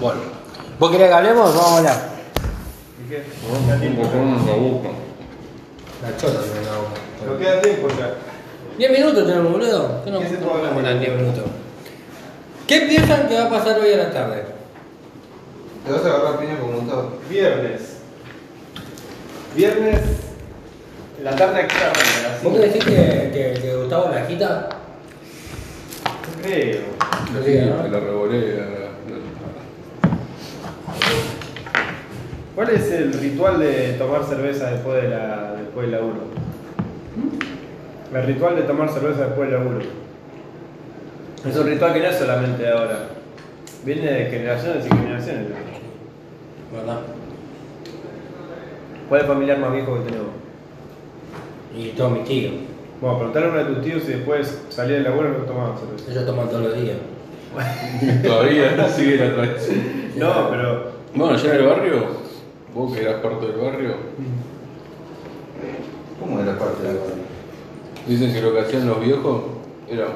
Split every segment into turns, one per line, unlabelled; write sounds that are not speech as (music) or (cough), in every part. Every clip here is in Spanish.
Bueno. ¿Vos querés que hablemos? Vamos a hablar.
Un tiempo con un sabuco.
La chota tiene una boca.
Pero queda tiempo ya.
10 minutos tenemos, boludo. ¿Qué no
¿Qué se
no
puede hablar?
hablan 10 minutos? ¿Qué piensan que va a pasar hoy a la tarde?
Te vas a agarrar piña como un todo.
Viernes. Viernes. La tarde aquí
¿Vos querés decir que, que, que Gustavo la quita?
Creo.
Sí,
Sí,
¿no?
se la revolea. la-
¿Cuál es el ritual de tomar cerveza después de la después del laburo? El ritual de tomar cerveza después del laburo. Es un ritual que no es solamente de ahora. Viene de generaciones y generaciones.
¿Verdad?
¿Cuál es el familiar más viejo que tenemos?
Y todos mis tíos.
Bueno, preguntarle a uno de tus tíos si después salía del laburo no tomaban cerveza.
Ellos toman todos los días.
la- Todavía sigue la tradición.
No, pero
Bueno, allá en el barrio, vos que eras parte del barrio,
¿Cómo era parte de la boca?
dicen que lo que hacían los viejos era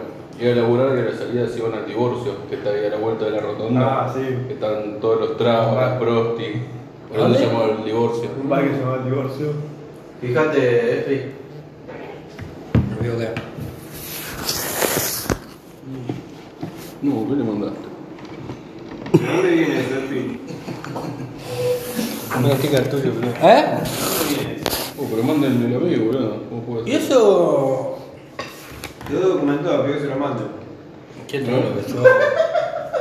ir a laburar y a la salida se iban al divorcio, que está ahí a la vuelta de la rotonda.
Ah, sí.
Que están todos los tragos, las prosti. Por eso
¿Dónde?
se llama el divorcio.
un bar que se llamaba El Divorcio.
Fíjate, Efri.
No veo qué.
No, ¿qué le mandaste?
¿De dónde viene Serpi?
Un sticker tuyo, boludo. ¿Eh?
Oh, pero mándenme la amigo, boludo. ¿Cómo puede ser?
¿Y eso?
Yo documentado, pido que se lo manden.
¿Qué
No.
trono (laughs) que yo?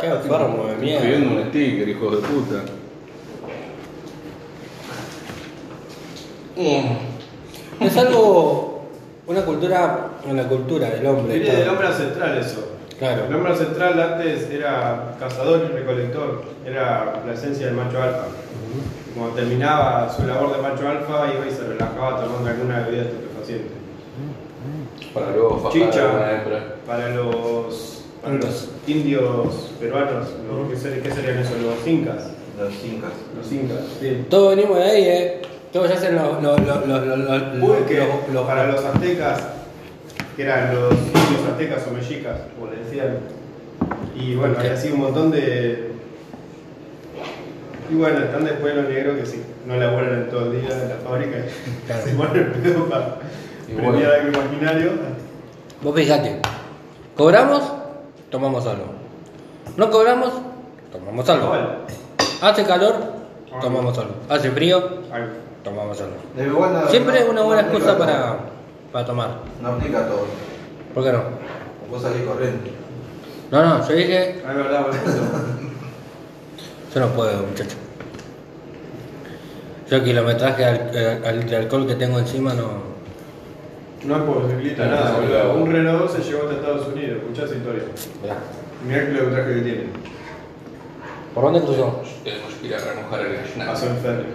¿Qué enfermo de
Estoy viendo
mierda?
un sticker, hijo de puta.
Mm. Es algo. Una cultura. Una cultura del hombre.
Viene del
¿no?
hombre ancestral eso.
Claro.
El hombre ancestral antes era cazador y recolector, era la esencia del macho alfa. Cuando terminaba su labor de macho alfa, iba y se relajaba tomando alguna bebida estupefaciente.
Para luego fajar
Chicha.
a una hembra.
Para los, para
Los-
los indios peruanos, los- ¿qué, ser- qué serían esos? Los incas.
Los incas.
Los incas, sí.
Todos venimos de ahí, ¿eh? Todos ya hacen los. los. los. los. los. los.
Puede que
los- los-
para los aztecas, que eran los indios aztecas o mexicas, como le decían. Y bueno, había sido un montón de. Y bueno, están después los negros que sí, no laburan en todo el día en la fábrica y
Claro.
(laughs) se ponen el pedo para
Y
premiar
bueno.
algo imaginario.
Vos fijate, cobramos, tomamos algo. No cobramos, tomamos algo.
Igual,
Hace calor,
Ah.
tomamos algo. Hace frío,
algo.
tomamos algo.
Pero igual no-
Siempre es
no-
una buena
no
excusa
aplica
para,
todo.
para tomar.
No aplica a todo.
¿Por qué no?
Vos salís corriendo.
No, no, yo dije,
Ah, es verdad, bueno, eso.
yo no puedo, muchacho. Yo el kilometraje al, al- al- de alcohol que tengo encima no...
No es por ciclista
No,
nada,
no,
boludo.
no.
Un Renault 12 llegó hasta Estados Unidos, escuchá esa historia.
Mirá.
Mirá el kilometraje que tiene.
¿Por dónde cruzó?
Tenemos que ir a remojar el
Paso
gallinazo.
en ferry.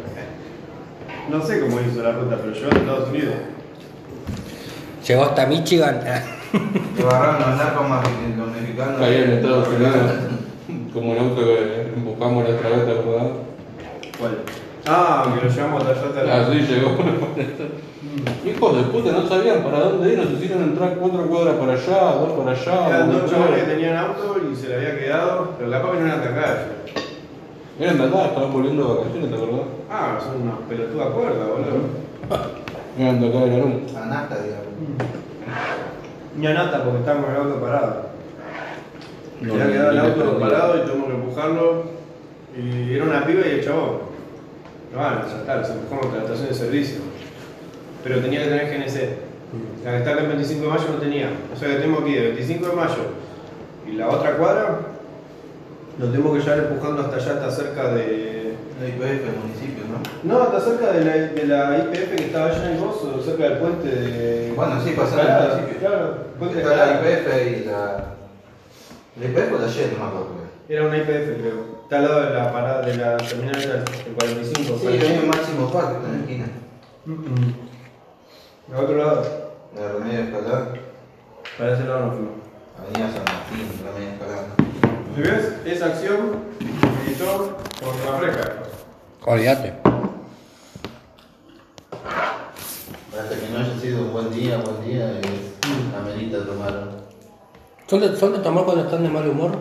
No sé cómo hizo la ruta, pero llegó a Estados Unidos.
Llegó hasta Michigan. (laughs)
Te agarraron los narcos más que los mexicanos.
Ahí en Estados Unidos, como el auto que empujamos la otra vez, ¿te acordás?
¿Cuál? Ah, que lo llevamos hasta allá hasta la-
Así Ah, llegó.
Mm.
Hijos de puta, no sabían para dónde ir, nos hicieron entrar cuatro cuadras para allá, dos para allá.
Eran
una
dos
cuadra.
chavales que tenían auto y se le había quedado, pero capaz que no eran tan caras.
Eran de acá, estaban volviendo de vacaciones, ¿te acordás?
Ah, son unas pelotudas cuerdas, boludo.
Eran de acá de la luna.
Anasta, digamos.
Ni a nata porque estábamos con el auto parado.
No,
se le había quedado
no,
el
no,
auto
no, no.
parado y tuvimos que empujarlo. Y era una piba y el chabón. No, bueno, ya está, se empujó con la estación de servicio. Pero tenía que tener GNC. La que está acá el 25 de mayo no tenía. O sea que tengo aquí de 25 de mayo y la otra cuadra, lo tengo que llevar empujando hasta allá, hasta cerca de.
No IPF, el municipio, ¿no?
No, hasta cerca de la, de la IPF que estaba allá en el Gozo, cerca del puente de.
Bueno, sí, pasar
Escalada,
al municipio.
Claro, puente de
Está la
Escalada.
IPF y la. La IPF o la Shell, no me acuerdo.
Era una IPF, creo. Está al lado de la parada de la terminal del 45.
Sí,
parece.
hay un máximo parque en la esquina.
Mm-mm. Al otro lado.
La Remedio Escalada,
Para ese lado no fuimos.
Avenida San Martín, Remedio Escalada.
Si ves, esa acción militó contra la fresca.
Olvídate.
Hasta que no haya sido un buen día, buen día, y amerita tomar.
¿Son de, ¿Son de tomar cuando están de mal humor?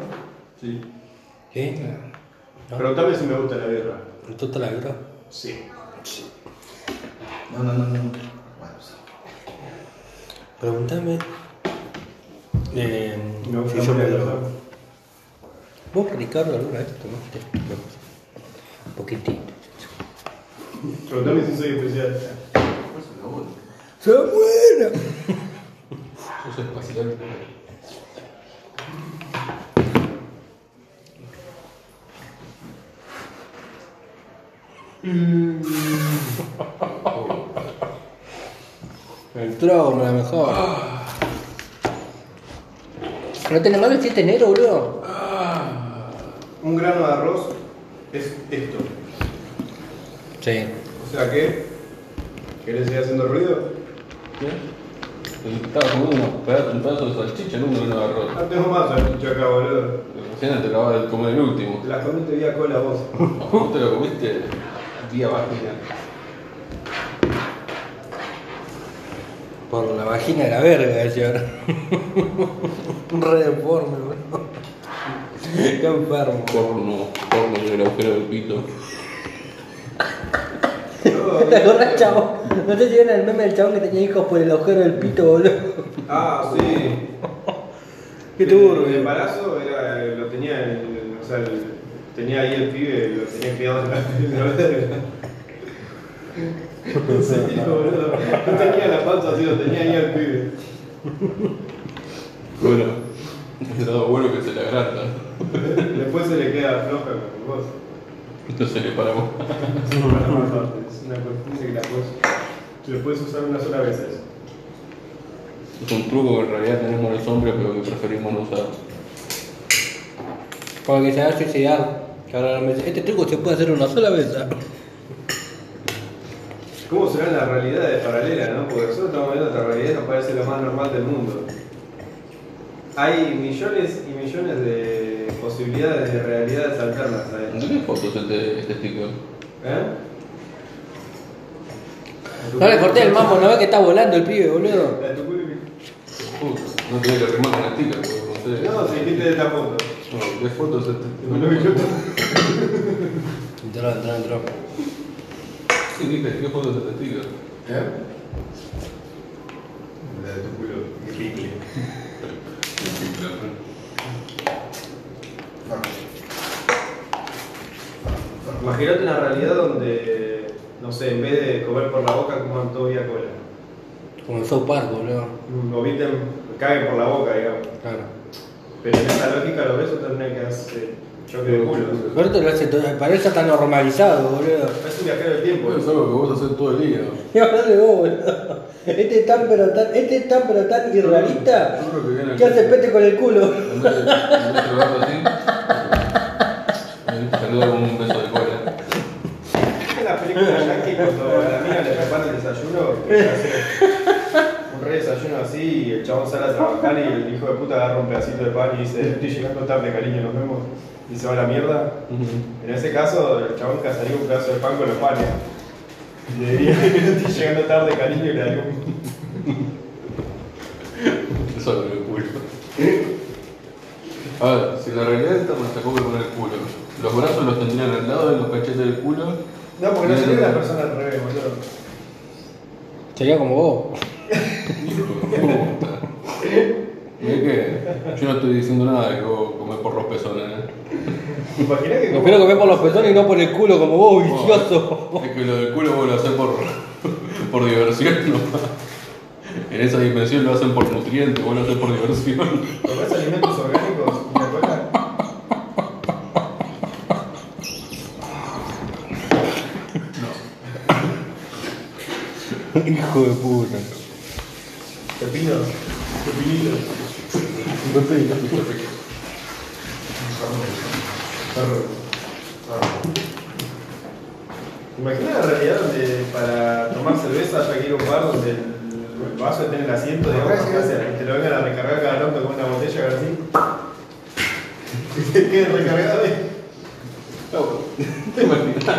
Sí.
Sí.
Preguntame si me gusta la birra.
¿Tú te la vibra?
Sí.
No, no, no, no. Bueno, sí.
Pregúntame. Eh,
Me gusta
si yo
mucho la
me
birra.
lo- ¿Vos, Ricardo, alguna vez tomaste? No. Un poquitito.
Preguntame si soy especial.
Pues,
¡Se muera!
Yo soy espacial.
El trago me la mejor. ¿No tenés malo el chiste negro, boludo?
Un grano de arroz es esto.
Sí.
O sea que. ¿Querés seguir haciendo ruido?
¿Qué? Estaba comiendo un pedazo, un pedazo de salchicha, no un grano de arroz.
No tengo más salchicha acá, boludo.
Recién te acabas de comer el último. (laughs)
Te la comiste vía
(laughs)
cola vos.
Vos te lo comiste vía vagina.
Por la vagina de la verga, decía ahora. Un (laughs) re deforme, boludo. Qué enfermo.
Porno, porno en el agujero del pito.
¿Te acordás, chabón? ¿No te llegan el meme del chabón que tenía hijos por el agujero del pito, boludo?
Ah, sí.
Qué
El-
turbio.
eh.
El embarazo era, eh, lo tenía, el- o sea, el- tenía ahí el pibe, lo tenía criado en la (laughs) En serio, boludo. No tenía la panza así, lo tenía ahí al pibe.
Bueno, el lado bueno que se le agranda.
Después se le queda floja con vos.
No se le para más.
Es una cuestión de que la puedes, que lo puedes usar una sola vez. eso.
Es un truco que en realidad tenemos los hombres, pero que preferimos no usar.
Para que se haga suicidar. Que ahora me dice, este truco se puede hacer una sola vez. ¿ah?".
¿Cómo serán las realidades paralelas, no? Porque nosotros estamos viendo otra realidad, nos parece lo más normal del mundo. Hay millones y millones de posibilidades de realidades alternas a
¿No
esto.
tenés fotos este, este sticker?
¿Eh?
No le corté el mambo, no ves que está volando el pibe, boludo.
La Tucumí.
Puta, no tenés que rimar con el sticker, porque no sé.
No, si dijiste de esta foto.
No, ¿qué fotos este
No me
sticker?
escucho.
Entró, entró, entró.
Sí, dije, ¿qué fotos este sticker?
¿Eh? La de tu culo. Qué picle. No.
Imagínate una realidad donde, no sé, en vez de comer por la boca, coman todo vía cola.
Como en South Park, boludo.
Lo visten, caguen por la boca, digamos.
Claro.
Pero en esa lógica los besos tendrían que hacer choque de culos.
Pero esto lo hace todo, para eso está normalizado, boludo. (laughs)
Es un viajero del tiempo.
Bueno, es algo que vos haces todo el día.
Y hablar de vos, boludo. Este es tan pero tan, este es tan pero tan irrealista
Yo creo que viene
que hace pete con el culo.
En vez de en vez de trabajar así, me saluda con un beso de cola.
¿Viste la película de Yankee cuando a la mina le prepara el desayuno? Que hace un re desayuno así y el chabón sale a trabajar y el hijo de puta agarra un pedacito de pan y dice estoy llegando tarde cariño, nos vemos y se va a la mierda. En ese caso el chabón cazaría un pedazo de pan con los panes. Y le diría (laughs) estoy llegando tarde cariño y le daría un...
Eso con el culo. A ver, si la realidad pues está más acoge con el culo, los brazos los tendrían al lado de los cachetes del culo.
No, porque no sería una persona al revés, boludo.
Sería como vos.
Puta. Mirá que yo no estoy diciendo nada de que vos comés por los pezones, ¿eh?
Imaginá que...
Lo quiero comer por los pezones y no por el culo como vos, vicioso.
Es que lo del culo vos lo haces por, (laughs) por diversión, nomás. En esa dimensión lo hacen por nutrientes, vos lo haces por diversión. (laughs)
¿Comés alimentos orgánicos? ¿Me acuerdas?
Hijo de puta.
Pepinos. Pepinitos. Imagina la realidad donde para tomar cerveza haya que ir a un bar donde el vaso esté en el asiento, digamos,
Acá sí,
acá se- te lo vengan a recargar cada tanto con una botella así. (laughs) Que quede recargado y-
(laughs) ¿Te imaginas?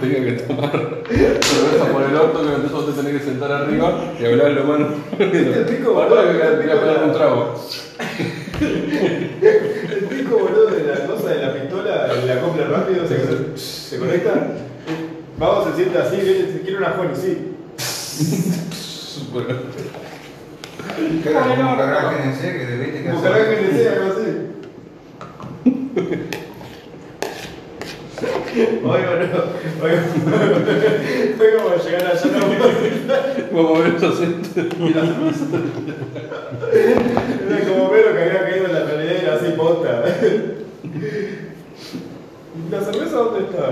Tenía que tomar cerveza por el orto, que entonces vos te tenés que sentar arriba y hablar lo más.
Este El pico,
Ahora que voy a tirar a pegar un trago.
El pico, boludo, de la cosa de la pistola el acople rápido, se, se conecta. Vamos, se sienta así, viene, se quiere una Juan, sí.
Bueno,
¿Qué era? Como cargaje en el C, que
(laughs)
debiste que
Buscará que le sea, algo así. Hoy, bueno, hoy, hoy vamos a llegar allá. No,
vamos a ver esos centros.
era como Vero que había caído en la realidad y era así posta. (laughs) ¿Y ¿La cerveza dónde está?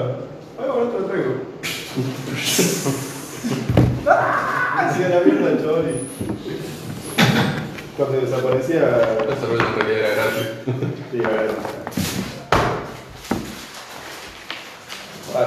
Ah, bueno, te la traigo. ¡Ah! Hacía la mierda el chabón y- Cuando desaparecía.
La cerveza en realidad era gratis.
Sí, a ver. Ah,